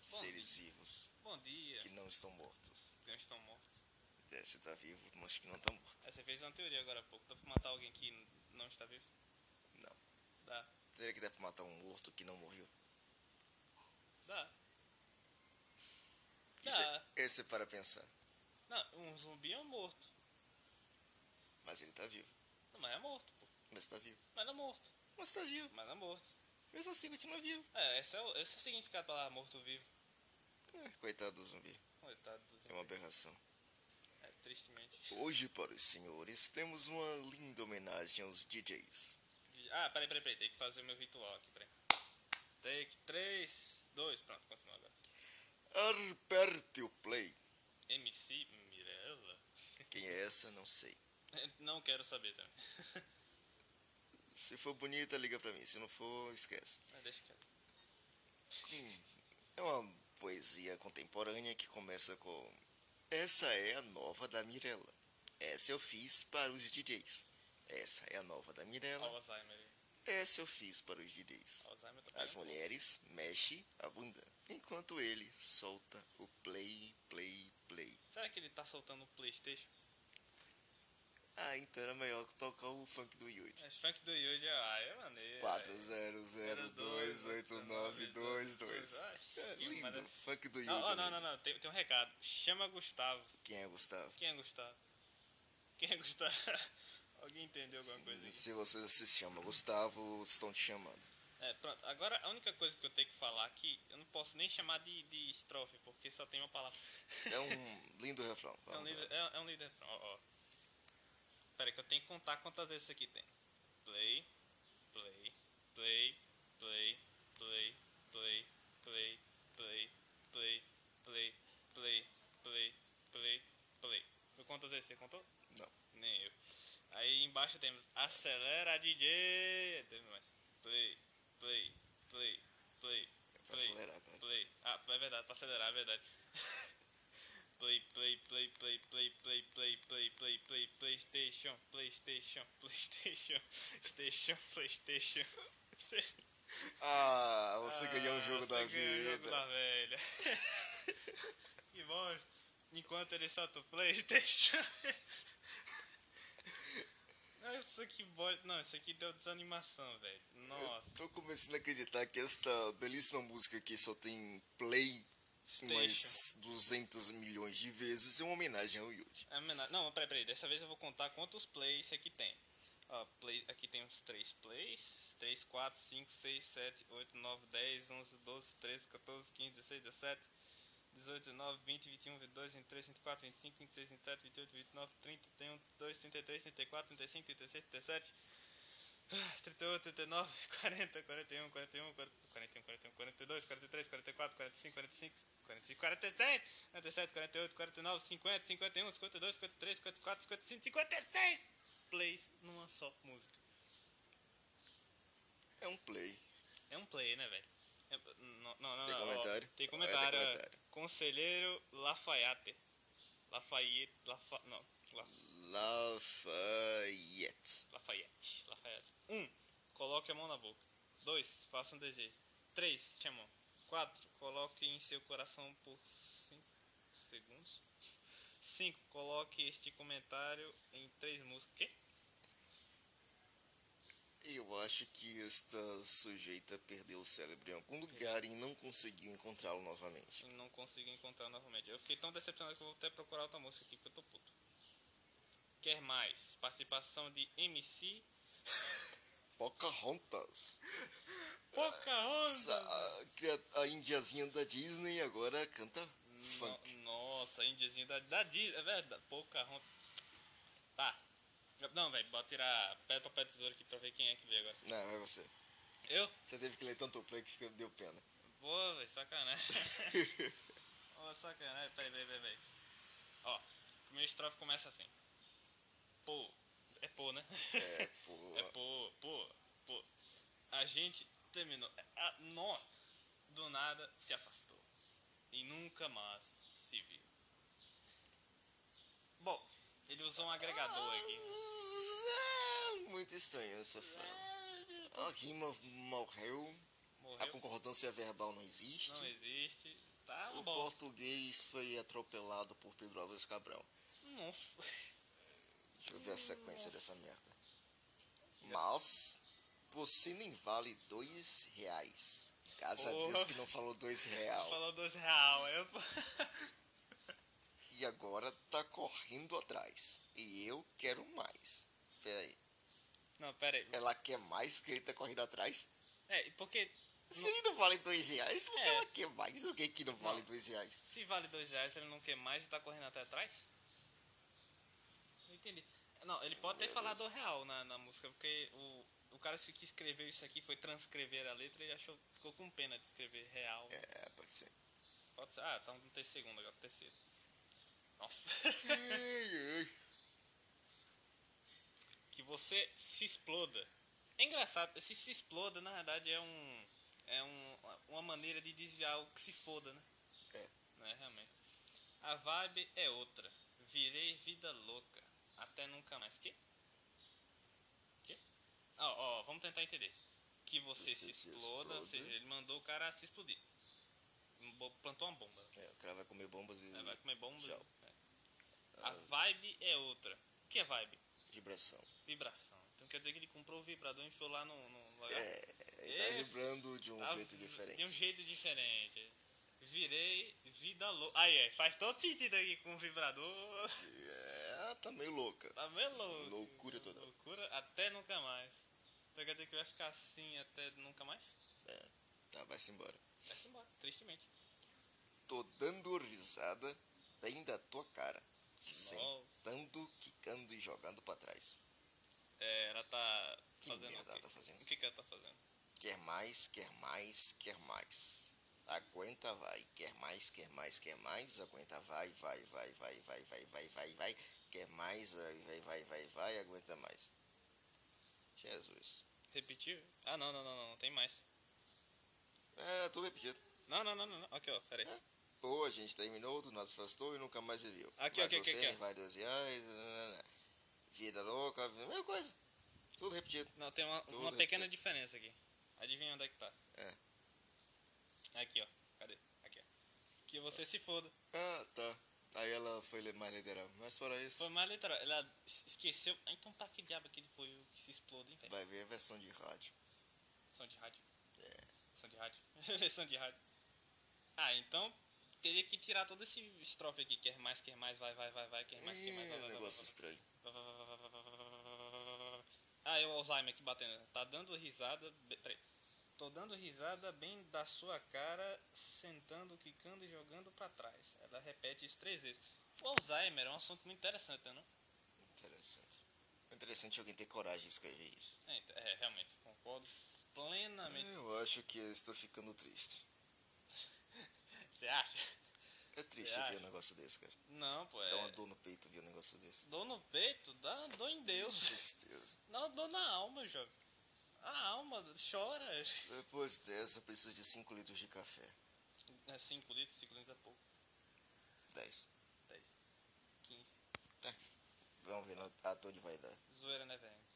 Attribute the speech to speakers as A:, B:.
A: os vivos,
B: Bom dia.
A: que não estão mortos.
B: Não estão mortos.
A: É, você tá vivo, mas que não tá morto.
B: Aí você fez uma teoria agora há pouco. Dá pra matar alguém que não está vivo?
A: Não.
B: Dá.
A: Será que dá pra matar um morto que não morreu?
B: Dá.
A: Isso é-
B: Dá.
A: Esse é para pensar.
B: Não, um zumbi é um morto.
A: Mas ele tá vivo.
B: Não, mas é morto, pô.
A: Mas tá vivo.
B: Mas não é morto.
A: Mas tá vivo.
B: Mas não é morto.
A: Mesmo assim, continua vivo.
B: É, esse é o, esse é o significado da palavra morto-vivo.
A: É, coitado do zumbi.
B: Coitado do
A: É
B: zumbi.
A: uma aberração.
B: É, tristemente.
A: Hoje, para os senhores, temos uma linda homenagem aos DJs.
B: Ah, peraí, peraí, peraí. Tem que fazer o meu ritual aqui, peraí. Take 3, 2, pronto, continua agora.
A: Aperte o play.
B: MC Mirella?
A: Quem é essa, não sei.
B: Não quero saber também.
A: Se for bonita, liga pra mim. Se não for, esquece.
B: Ah, deixa quieto.
A: Hum, É uma poesia contemporânea que começa com... Essa é a nova da Mirella. Essa eu fiz para os DJs. Essa é a nova da Mirella.
B: Alzheimer. aí.
A: Essa eu fiz para os DJs.
B: Alzheimer tá
A: As
B: pegando.
A: mulheres mexe a bunda, enquanto ele solta o play, play, play.
B: Será que ele tá soltando o Playstation?
A: Ah, então era melhor tocar o funk do Yud.
B: É, Frank do Yuji, ah, é maneiro. velho.
A: 400289222. É
B: Que
A: lindo,
B: maravilha.
A: funk do Yud.
B: Não, oh, não, não,
A: lindo.
B: não, tem, tem um recado. Chama Gustavo.
A: Quem é Gustavo?
B: Quem é Gustavo? Quem é Gustavo? Alguém entendeu alguma coisa aqui?
A: Se você se chama Gustavo, estão te chamando.
B: É, pronto. Agora a única coisa que eu tenho que falar aqui, eu não posso nem chamar de, de estrofe, porque só tem uma palavra.
A: É um lindo refrão.
B: É um
A: Vamos lá.
B: líder. É, é um líder. Ó, ó. Pera aí que eu tenho que contar quantas vezes isso aqui tem. Play, play, play, play, play, play, play, play, play, play, play, play, play, play. Foi quantas vezes você contou?
A: Não.
B: Nem eu. Aí embaixo temos acelera DJ. Teve mais. Play, play, play, play.
A: É pra
B: Play,
A: acelerar, cara.
B: play. Ah, é verdade, pra acelerar, é verdade. play, play, play, play, play, play, play, play, play, play, PlayStation, PlayStation, PlayStation, PlayStation, PlayStation.
A: Ah, você
B: Ah,
A: ganhou o jogo
B: você
A: da
B: ganhou o jogo
A: vida.
B: da velha. que bom. Enquanto ele solta o PlayStation. Nossa, que bosta. Não, isso aqui deu desanimação, velho. Nossa.
A: Tô começando a acreditar que esta belíssima música que só tem play
B: Station.
A: umas 200 milhões de vezes é uma homenagem ao Yud.
B: É menor. Não, peraí, peraí. Dessa vez eu vou contar quantos plays aqui tem. Ó, play, aqui tem uns 3 plays. 3, 4, 5, 6, 7, 8, 9, 10, 11, 12, 13, 14, 15, 16, 17, 18, 19, 20, 21, 22, 23, 24, 25, 26, 27, 28, 29, 30, 31, 32, 33, 34, 35, 36, 37, 38, 39, 40, 41, 41, 41, 41, 42, 43, 44, 45, 45, 45, 47, 47, 48, 49, 50, 51, 52, 53, 54, 55, 56 plays numa só música.
A: É um play.
B: É um play, né, velho? É- não, não, não,
A: Tem
B: não, ó,
A: comentário?
B: tem
A: Ah,
B: comentário.
A: tem
B: é.
A: comentário.
B: Conselheiro Lafayette. Lafayette. Lafa, não, La-
A: uh, Lafayette.
B: Lafayette. Lafayette. 1. Um, coloque a mão na boca. 2. Faça um desejo. 3. Chamou. 4. Coloque em seu coração por 5 segundos. 5. Coloque este comentário em 3 músicas. Quê?
A: Eu acho que esta sujeita perdeu o cérebro em algum lugar e não conseguiu encontrá-lo novamente.
B: Eu não consigo encontrar novamente. Eu fiquei tão decepcionado que eu vou até procurar outra música aqui, porque eu tô puto. Quer mais? Participação de MC
A: Pocahontas.
B: Pocahontas.
A: Essa, a, cria- a indiazinha da Disney agora canta funk.
B: No, nossa, índiozinho da, da Disney. É verdade, Pocahontas. Tá. Não, velho, bota tirar pedra, papel, tesoura aqui pra ver quem é que veio agora.
A: Não, é você.
B: Eu?
A: Você teve que ler tanto play que fica- deu pena.
B: Pô, velho, sacanagem. Ô, sacanagem. Peraí, peraí, peraí, peraí. Ó, o primeiro estrofe começa assim. Pô. É pô, né?
A: É, pô.
B: É pô, pô, pô. A gente terminou. É, A, nós, do nada, se afastou. E nunca mais se viu. Bom, ele usou um agregador aqui.
A: Ah, Muito estranho essa
B: É,
A: frase. A rima morreu, a
B: Morreu.
A: Tá concordância verbal não existe.
B: Não existe. Tá
A: O
B: bom.
A: português foi atropelado por Pedro Álvares Cabral.
B: Nossa.
A: Deixa eu
B: Hum,
A: ver a sequência dessa merda. Mas, você nem vale dois reais. Graças a
B: Porra.
A: Deus que não falou dois real.
B: Falou dois real. Eu...
A: E agora tá correndo atrás. E eu quero mais. Peraí.
B: Não, pera aí.
A: Ela quer mais porque ele tá correndo atrás?
B: É, porque
A: Se ele não vale dois reais, por que
B: É.
A: ela quer mais? O que que não vale
B: Não.
A: dois reais?
B: se vale dois reais, ele não quer mais e tá correndo até atrás? Não entendi. Não, ele pode ter
A: Meu
B: falado
A: Deus.
B: real na, na música, porque o, o cara que escreveu isso aqui foi transcrever a letra e achou, ficou com pena de escrever real.
A: É, pode ser.
B: Pode ser. Ah, tá no terceiro, agora no terceiro. Nossa.
A: Ai, ai.
B: que você se exploda. É engraçado, esse se exploda na verdade é um. É um, uma maneira de desviar o que se foda, né?
A: É.
B: Né, realmente. A vibe é outra. Virei vida louca. Até nunca mais. Que? Que? Ó, ó, vamos tentar entender. Que você, se, exploda, ou seja, ele mandou o cara se explodir. Um Bo- Plantou uma bomba.
A: É, o cara vai comer bombas e
B: né? Vai comer bomba.
A: Tchau.
B: né? A
A: ah,
B: vibe é outra. O que é vibe?
A: vibração.
B: Vibração. Então quer dizer que ele comprou o vibrador e enfiou lá no, no lugar.
A: É, ele tá
B: É.
A: vibrando de um
B: Tá?
A: jeito diferente.
B: De um jeito diferente. Virei vida louca. Aí, é, faz todo sentido aqui com o vibrador.
A: É, ela tá meio louca.
B: Tá meio louco.
A: Loucura toda.
B: Loucura até nunca mais. Então quer dizer que vai ficar assim até nunca mais?
A: Tá, vai-se embora.
B: Vai embora, tristemente.
A: Tô dando risada bem da tua cara.
B: Nossa.
A: Sentando, quicando e jogando pra trás.
B: É, ela tá
A: Que
B: fazendo.
A: merda
B: o
A: ela
B: quê?
A: tá fazendo?
B: O que, que ela tá fazendo?
A: Quer mais, quer mais, quer mais. Aguenta, vai. Quer mais, quer mais, quer mais. Aguenta, vai, vai, vai, vai, vai, vai, vai, vai, vai. Quer mais, vai, vai, vai, vai, vai. Aguenta mais. Jesus.
B: Repetiu? Ah, não, não, não, não, não tem mais.
A: É, tudo repetido.
B: Não, não, não, não, não. Aqui, ó, peraí.
A: É. Pô, a gente terminou, do nosso afastou e nunca mais se viu.
B: Aqui,
A: Vai
B: aqui, aqui,
A: você,
B: aqui, ó.
A: Vai 12 reais. nananana. Vida louca, mesma coisa. Tudo repetido.
B: Não, tem uma,
A: Tudo
B: uma
A: é
B: pequena diferença aqui. Adivinha onde é que tá?
A: É.
B: Aqui, ó. Cadê? Aqui, ó. Que você se foda.
A: Ah, tá. Aí ela foi le- mais literal. Mas fora
B: Foi
A: isso,
B: mais literal. Ela es- esqueceu. Ah, Então pra que diabo que ele foi o que se explode, hein, velho?
A: vai ver a versão de rádio.
B: Som de rádio.
A: É.
B: Som de rádio. Som de rádio. Ah, então teria que tirar todo esse estrofe aqui. Quer mais, quer mais, vai, vai, vai, vai, quer mais, quer mais, vai,
A: Ih,
B: vai, vai, vai.
A: negócio estranho.
B: Ah, é o Alzheimer aqui batendo. Tá dando risada. be- Peraí. Tô dando risada bem da sua cara, sentando, quicando e jogando pra trás. Ela repete isso três vezes. O Alzheimer é um assunto muito interessante, né? Não?
A: Interessante. É Interessante alguém ter coragem de escrever isso.
B: É, ent- é, realmente, concordo plenamente.
A: Eu acho que eu estou ficando triste.
B: Você acha?
A: É triste
B: Você
A: ver
B: acha?
A: um negócio desse, cara.
B: Não, pô. É...
A: Dá uma dor no peito ver um negócio desse.
B: Dor no peito, dá dor em Deus.
A: Tristeza.
B: Dá uma dor na alma, jovem. A alma chora.
A: Depois dessa, eu preciso de 5 litros de café.
B: É 5 litros, 5 litros é pouco.
A: 10.
B: 10, 15.
A: Vamos ver no- a dor de vai dar.
B: Zoeira, né, velho?